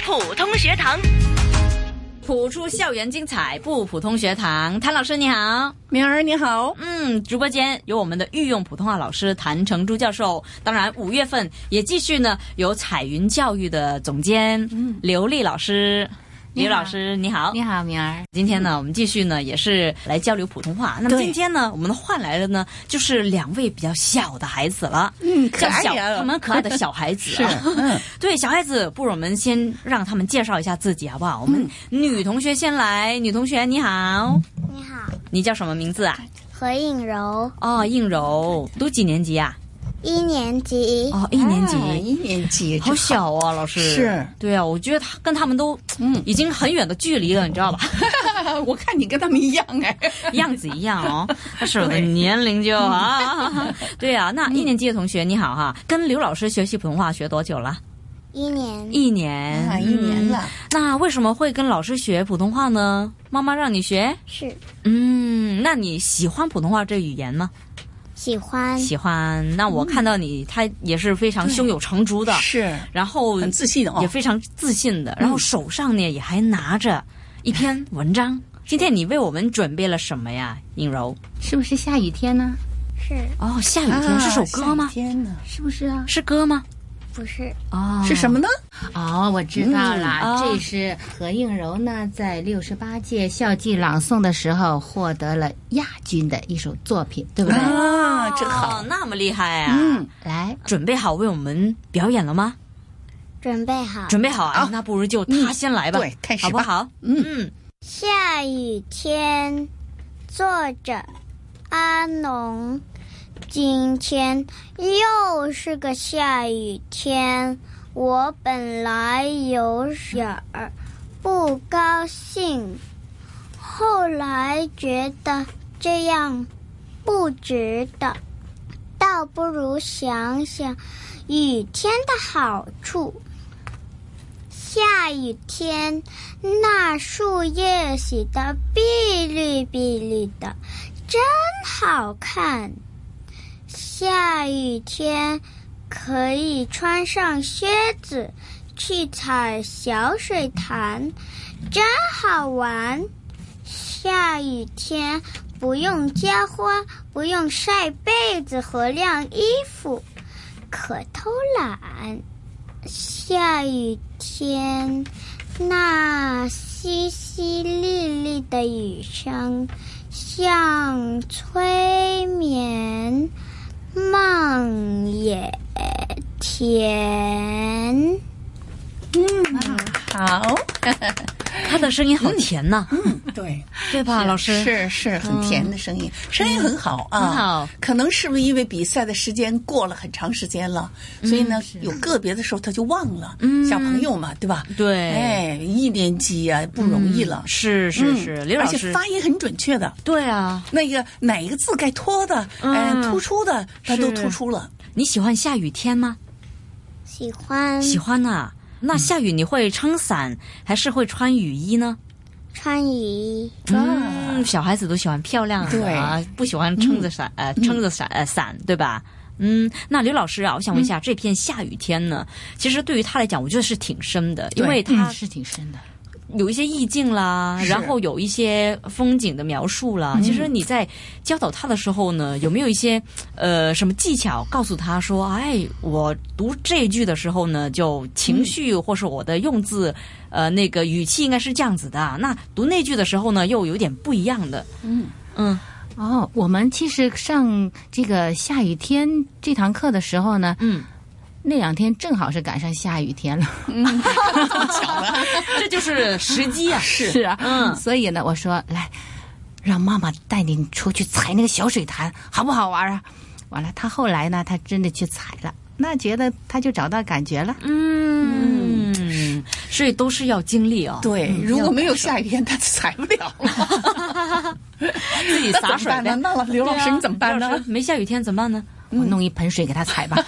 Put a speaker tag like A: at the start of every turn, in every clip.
A: 普通学堂。
B: 谱出校园精彩，不普通学堂。谭老师你好，
C: 明儿你好，
B: 嗯，直播间有我们的御用普通话老师谭成珠教授，当然五月份也继续呢有彩云教育的总监刘丽老师。
D: 嗯你
B: 刘
D: 好
B: 老师，你好！
D: 你好，明儿。
B: 今天呢，我们继续呢，也是来交流普通话。那么
C: 对
B: 今天呢，我们换来的呢，就是两位比较小的孩子了，
C: 嗯，可
B: 叫
C: 爱
B: 小
C: 呀，
B: 他们可爱的小孩子、 啊。
C: 嗯，
B: 对小孩子，不如我们先让他们介绍一下自己好不
C: 嗯
B: 好？我们女同学先来，女同学你好，
E: 你好，
B: 你叫什么名字啊？
E: 何颖柔，
C: 嗯
B: 哦，应柔，读几年级啊？
E: 一年级。
B: 哦，一年级。
C: 啊一年级，
B: 好小啊，老师
C: 是，
B: 对啊，我觉得他跟他们都，嗯
C: 嗯，
B: 已经很远的距离了，你知道吧？
C: 我看你跟他们一样哎，
B: 样子一样哦，但是我的
C: 对
B: 年龄就
C: 嗯
B: 啊， 对啊，那一年级的同学你好哈，跟刘老师学习普通话学多久了？
E: 一年
B: 一年，
C: 啊，一
B: 嗯
C: 年了，
B: 那为什么会跟老师学普通话呢？妈妈让你学？
E: 是
B: 嗯，那你喜欢普通话这语言吗？
E: 喜欢
B: 喜欢。那我看到你，他也是非常胸有成竹的，
C: 嗯是
B: 然后
C: 很自信哦
B: 也非常自信的，然后手上呢也还拿着一篇文章。今天你为我们准备了什么呀，尹柔？
D: 是不是下雨天呢？
E: 是
B: 哦，下雨天是首歌吗？
C: 啊天啊呐，
D: 是不是啊？
B: 是歌吗？
E: 不是
B: 哦，
C: 是什么呢？
D: 哦，我知道了，
B: 嗯哦
D: 这是何应柔呢在六十八届校际朗诵的时候获得了亚军的一首作品，对不对？
C: 啊，这好，
B: 哦，那么厉害啊！
C: 嗯，
D: 来，
B: 准备好为我们表演了吗？
E: 准备好。
B: 准备好啊，
C: 好
B: 那不如就他先来吧，
C: 嗯对开始
B: 好不
C: 吧
B: 好？
C: 嗯
B: 嗯，
E: 下雨天，作者阿农。今天又是个下雨天，我本来有点儿不高兴，后来觉得这样不值得，倒不如想想雨天的好处。下雨天，那树叶洗得碧绿碧绿的，真好看。下雨天可以穿上靴子去踩小水潭，真好玩。下雨天不用浇花，不用晒被子和晾衣服，可偷懒。下雨天，那淅淅沥沥的雨声，像催眠梦也甜。
C: 好，
B: 他的声音好甜呐，
C: 对，
B: 对
C: 啊
B: 吧，老师？
C: 嗯是是很甜的声音，声音嗯很好啊，
B: 很好。
C: 可能是不是因为比赛的时间过了很长时间了，所以呢，有个别的时候他就忘了，
B: 嗯
C: 小朋友嘛，对吧？
B: 对
C: 哎，一年级呀，不容易了。
B: 是是是，
C: 嗯
B: 刘老
C: 而且
B: 师，
C: 发音很准确的，
B: 对啊，
C: 那个哪一个字该拖的，
B: 嗯
C: 哎，突出的，它都
B: 是
C: 突出了。
B: 你喜欢下雨天吗？
E: 喜
C: 嗯
E: 欢
B: 喜欢呐、那下雨你会撑伞还是会穿雨衣呢？
E: 穿雨衣，
B: 嗯，小孩子都喜欢漂亮的啊，不喜欢撑着伞，
C: 嗯
B: 呃，撑着伞，呃，伞，对吧？嗯，那刘老师啊，我想问
C: 嗯
B: 一下，这片下雨天呢，其实对于他来讲，我觉得是挺深的，因为
D: 嗯，
B: 他
D: 是挺深的。
B: 有一些意境啦，
C: 是嗯
B: 然后有一些风景的描述啦。其实你在教导他的时候呢，有没有一些呃什么技巧告诉他说，哎，我读这一句的时候呢，就情绪或是我的用字，呃，那个语气应该是这样子的啊。那读那句的时候呢，又有点不一样的。
C: 嗯
B: 嗯
D: 哦，我们其实上这个下雨天这堂课的时候呢，
B: 嗯，
D: 那两天正好是赶上下雨天了。
B: 这就是时机 啊。
D: 是啊，
B: 嗯
D: 所以呢，我说来，让妈妈带你出去踩那个小水潭，好不好玩啊？完了，他后来呢，他真的去踩了，那觉得他就找到感觉了。
B: 嗯，所以都是要经历哦，
C: 对，如果没有下雨天，它踩不了。
B: 自己洒水
C: 那怎么办呢
B: 呗。
C: 那老刘老
B: 对
C: 师
B: 啊
C: 你怎么办呢
B: 刘老？师没下雨天怎么办呢？
D: 我弄一盆水给他踩吧。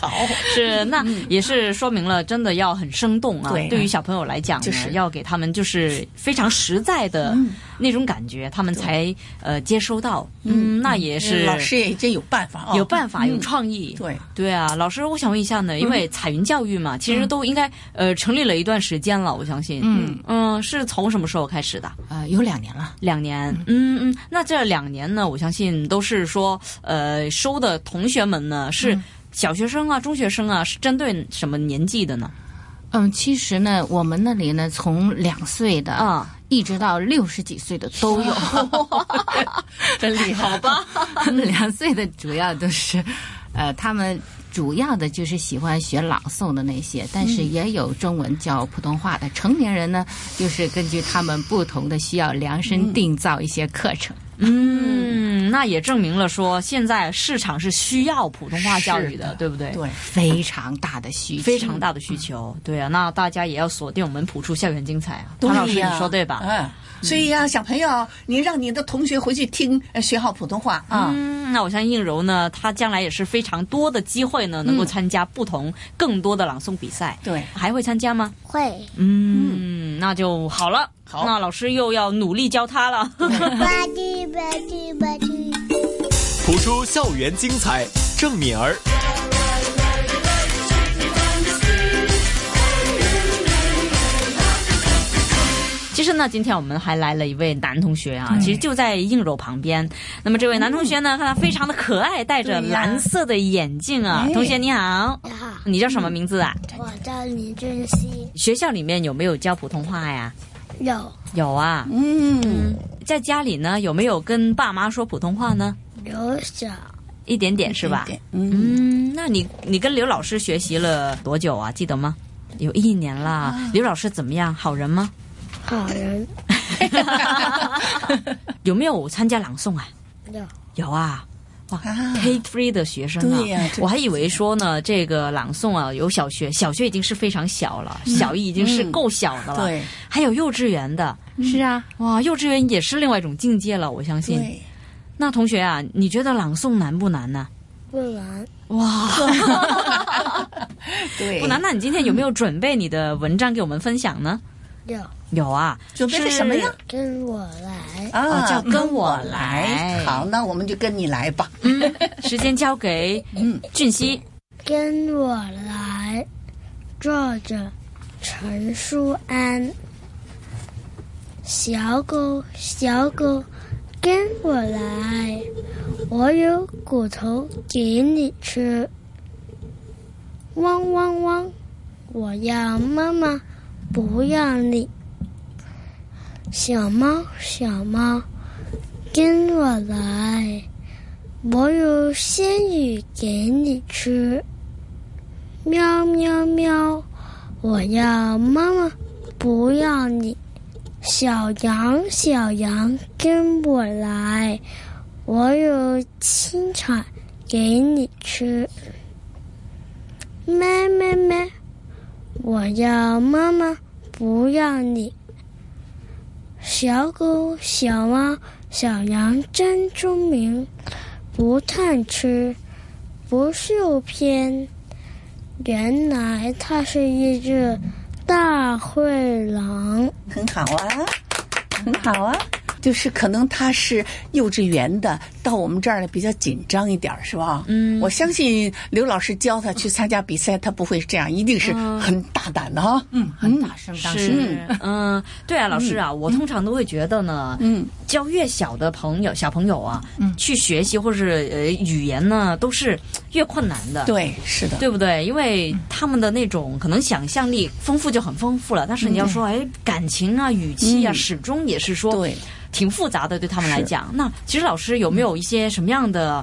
C: 好，
B: 是，那也是说明了，真的要很生动啊。
C: 嗯对
B: 于小朋友来讲呢，
C: 就是嗯
B: 要给他们就是非常实在的那种感觉，他们才呃接收到。嗯，那也是
C: 老师也真有办法啊，
B: 有办法，哦嗯有创意。
C: 对嗯
B: 对啊，老师，我想问一下呢，因为彩云教育嘛，其实都应该呃成立了一段时间了，我相信。
D: 嗯
B: 嗯，是从什么时候开始的？
D: 呃，有两年了，
B: 两年，嗯嗯，那这两年呢，我相信都是说，呃，收的同学们呢是
C: 嗯
B: 小学生啊、中学生啊，是针对什么年纪的呢？
D: 嗯，其实呢，我们那里呢，从两岁的
B: 啊，
D: 一直到六十几岁的都有，
C: 真厉害，好吧，
D: 两岁的主要都是， 呃，他们主要的就是喜欢学朗诵的那些，但是也有中文教普通话的。成年人呢，就是根据他们不同的需要量身定造一些课程。
B: 嗯，那也证明了说，现在市场是需要普通话教育的，
C: 是的
B: 对 不对？
C: 对，嗯
D: 非常大的需求，
B: 非常大的需求，对啊，那大家也要锁定我们普出校园精彩啊，
C: 对
B: 潘老师
C: 呀
B: 你说对吧？
C: 嗯，所以呀，小朋友，你让你的同学回去听，呃学好普通话啊，
B: 嗯，那我相信应柔呢，她将来也是非常多的机会呢，能够参加不同更多的朗诵比赛，
C: 对
B: 还会参加吗？
E: 会。
B: 嗯，那就好了。
C: 好
B: 那老师又要努力教他了。
E: 吧唧吧唧吧唧。
A: 谱出校园精彩，郑敏儿。
B: 其实呢，今天我们还来了一位男同学啊，其实就在应柔旁边。那么这位男同学呢，看他非常的可爱，戴着
C: 对呀
B: 蓝色的眼镜啊。
C: 哎
B: 同学你好，
E: 你好，
B: 你叫什么名字啊？
E: 我叫林俊熙。
B: 学校里面有没有教普通话呀？
E: 有
B: 有啊。
C: 嗯，
B: 在家里呢，有没有跟爸妈说普通话呢？
E: 有小
B: 一点点是吧？
C: 对嗯，
B: 嗯，那你你跟刘老师学习了多久啊？记得吗？有一年啦。刘老师怎么样？好人吗？
E: 好人，
B: 有没有参加朗诵啊？
E: 有
B: 有啊。哇
C: 啊
B: ，K three 的学生啊，
C: 对呀这
B: 我还以为说呢，这个朗诵啊，有小学，小学已经是非常小了，小一已经是够小的了，
C: 嗯对
B: 还有幼稚园的，
D: 是啊，
B: 哇，幼稚园也是另外一种境界了，我相信。
C: 对，
B: 那同学啊，你觉得朗诵难不难呢、
E: 不然
B: 哇，
C: 对，
B: 不难。那你今天有没有准备你的文章给我们分享呢？
E: 有
B: 有啊，
C: 准备了
B: 是
C: 什么呀？
E: 跟我来。
B: 啊
C: 啊，
B: 叫跟
C: 跟
B: 我来
C: 来。好，那我们就跟你来吧。
B: 嗯，时间交给
C: 嗯
B: 俊熙。
E: 跟我来，作者陈淑安。小狗，小狗，跟我来，我有骨头给你吃。汪汪汪！我要妈妈，不要你。小猫，小猫，跟我来。我有鲜鱼给你吃。喵喵喵！我要妈妈，不要你。小羊，小羊，跟我来，我有青草给你吃。咩咩咩！我要妈妈，不要你。小狗，小猫，小羊真聪明。不贪吃，不受骗。原来它是一只大灰狼。
C: 很好啊，很好啊。就是可能他是幼稚园的，到我们这儿呢比较紧张一点儿，是吧？嗯，我相信刘老师教他去参加比赛，他不会这样，一定是很大胆的啊。嗯，
D: 很大声，当时
B: 是，嗯，对啊，老师啊，我通常都会觉得呢，
C: 嗯，
B: 教越小的朋友、小朋友啊，去学习或是呃语言呢，都是越困难的，
C: 对，是的，
B: 对嗯不对？因为他们的那种可能想象力丰富就很丰富了，但是你要说哎感情啊、语气啊，
C: 嗯
B: 始终也是说
C: 对
B: 挺复杂的，对他们来讲。那其实老师有没有一些什么样的？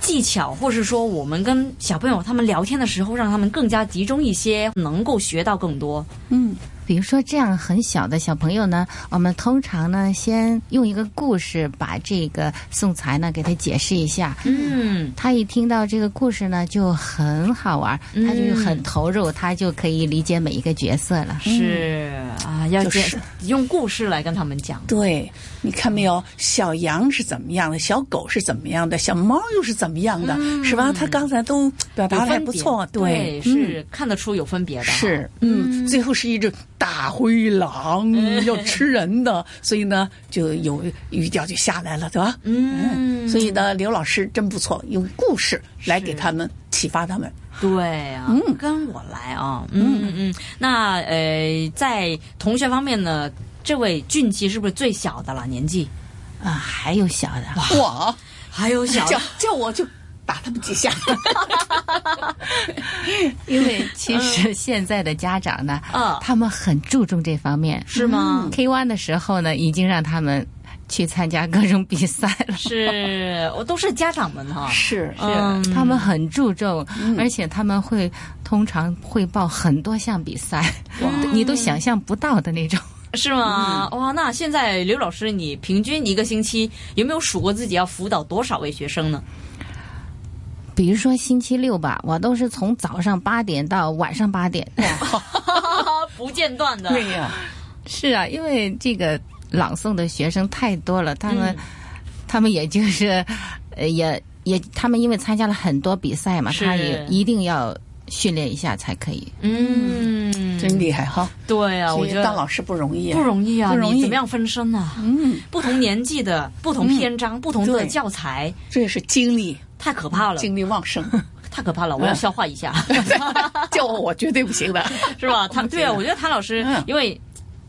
B: 技巧，或是说我们跟小朋友他们聊天的时候，让他们更加集中一些，能够学到更多。
C: 嗯，
D: 比如说这样很小的小朋友呢，我们通常呢先用一个故事把这个素材呢给他解释一下。
B: 嗯，
D: 他一听到这个故事呢，就很好玩，他就很投入，他就可以理解每一个角色了。
B: 是啊，要
C: 嗯就是
B: 这用故事来跟他们讲。
C: 对，你看没有，小羊是怎么样的，小狗是怎么样的，小猫又是怎么样的，是吧？他刚才都表
B: 有
C: 达的还
B: 分
C: 不
B: 别
C: 错，
B: 对，
C: 嗯
B: 是看得出有分别的。，
C: 是，嗯，最后是一只大灰狼
B: 嗯
C: 要吃人的， 所以呢，就有语调就下来了，对吧？
B: 嗯，
C: 所以呢，刘老师真不错，用故事来给他们启发他们。
B: 对啊，
C: 嗯
B: 跟我来啊，嗯嗯嗯。那呃，在同学方面呢，这位俊奇是不是最小的了？年纪
D: 啊，还有小的，
C: 我
B: 还有小
C: 叫
B: 的，
C: 叫我就打他们 几下。
D: 因为其实现在的家长呢，
B: 嗯
D: 他们很注重这方面。
B: 是
C: 嗯
B: 吗？
D: K one 的时候呢，已经让他们去参加各种比赛了。
B: 是，我都是家长们哈。
C: 是
B: 嗯
D: 他们很注重，而且他们会通常会报很多项比赛， 你都想象不到的那种。
B: 是吗？
C: 嗯
B: 哇，那现在刘老师，你平均一个星期有没有数过自己要辅导多少位学生呢？
D: 比如说星期六吧，我都是从早上八点到晚上八点。
B: 不间断的，
C: 对呀、
D: 是啊，因为这个朗诵的学生太多了，他们、他们也就是呃也也他们因为参加了很多比赛嘛，
B: 是
D: 他也一定要训练一下才可以。
B: 嗯，
C: 真厉害哈！
B: 对啊，我
C: 所以
B: 觉得
C: 当老师不容易啊
B: 不。容易啊，
C: 不容易
B: 你怎么样分身啊？
C: 嗯，
B: 不同年纪的、不同篇章、不同的
C: 对
B: 教材，
C: 这也是 精力，
B: 太可怕了，
C: 精力旺 盛。
B: 太可怕了，
C: 嗯
B: 我要消化一下，
C: 叫我我绝对不行的。
B: 是吧？ 他对啊，我觉得谭老师
C: 嗯
B: 因为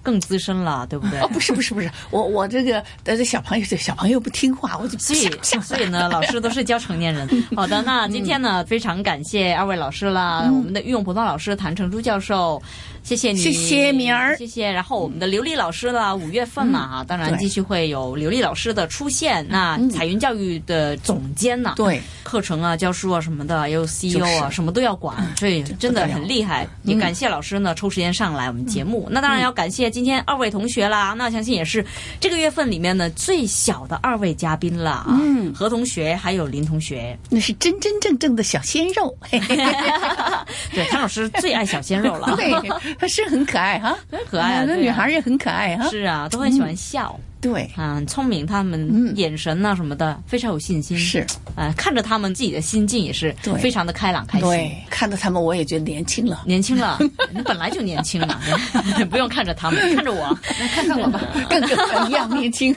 B: 更资深了，对不对
C: 哦，？不是不是不是，我我这个呃这小朋友这小朋友不听话，我就
B: 所以，所以呢，老师都是教成年 人。好的，那今天呢，非常感谢二位老师啦，我们的御用普通老师谭成珠教授，谢谢你，
C: 嗯谢谢敏儿嗯
B: 谢谢。然后我们的刘丽老师啦，五月份嘛啊，当然
C: 对嗯
B: 继续会有刘丽老师的出现。那彩云教育的总监呢，
C: 对，
B: 课程啊、教书啊什么的，还有 CEO 啊，
C: 就是嗯
B: 什么都要管，所以真的很厉害。也感谢老师呢，抽时间上来我们节目。
C: 嗯
B: 那当然要感谢今天二位同学啦，那相信也是这个月份里面呢最小的二位嘉宾了啊，
C: 嗯
B: 何同学还有林同学。
C: 那是真真正正的小鲜肉，嘿嘿嘿
B: 对，谭老师最爱小鲜肉了，
C: 对，她是很可爱哈，嗯
B: 很可爱啊，
C: 那
B: 对啊
C: 女孩。也很可爱哈，
B: 是啊，都很喜欢笑，
C: 对，
B: 啊，很聪明，他们
C: 嗯
B: 眼神呐、什么的、非常有信心。
C: 是，
B: 呃，看着他们自己的心境也是
C: 对
B: 非常的开朗开心。
C: 对，看到他们我也觉得年轻了，
B: 年轻了，你本来就年轻嘛， 不用看着他们，看着我。
C: 看看我吧， 跟跟一样年轻。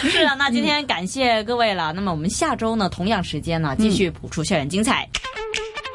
B: 是啊，那今天感谢各位了。那么我们下周呢，同样时间呢，继续谱出校园精彩。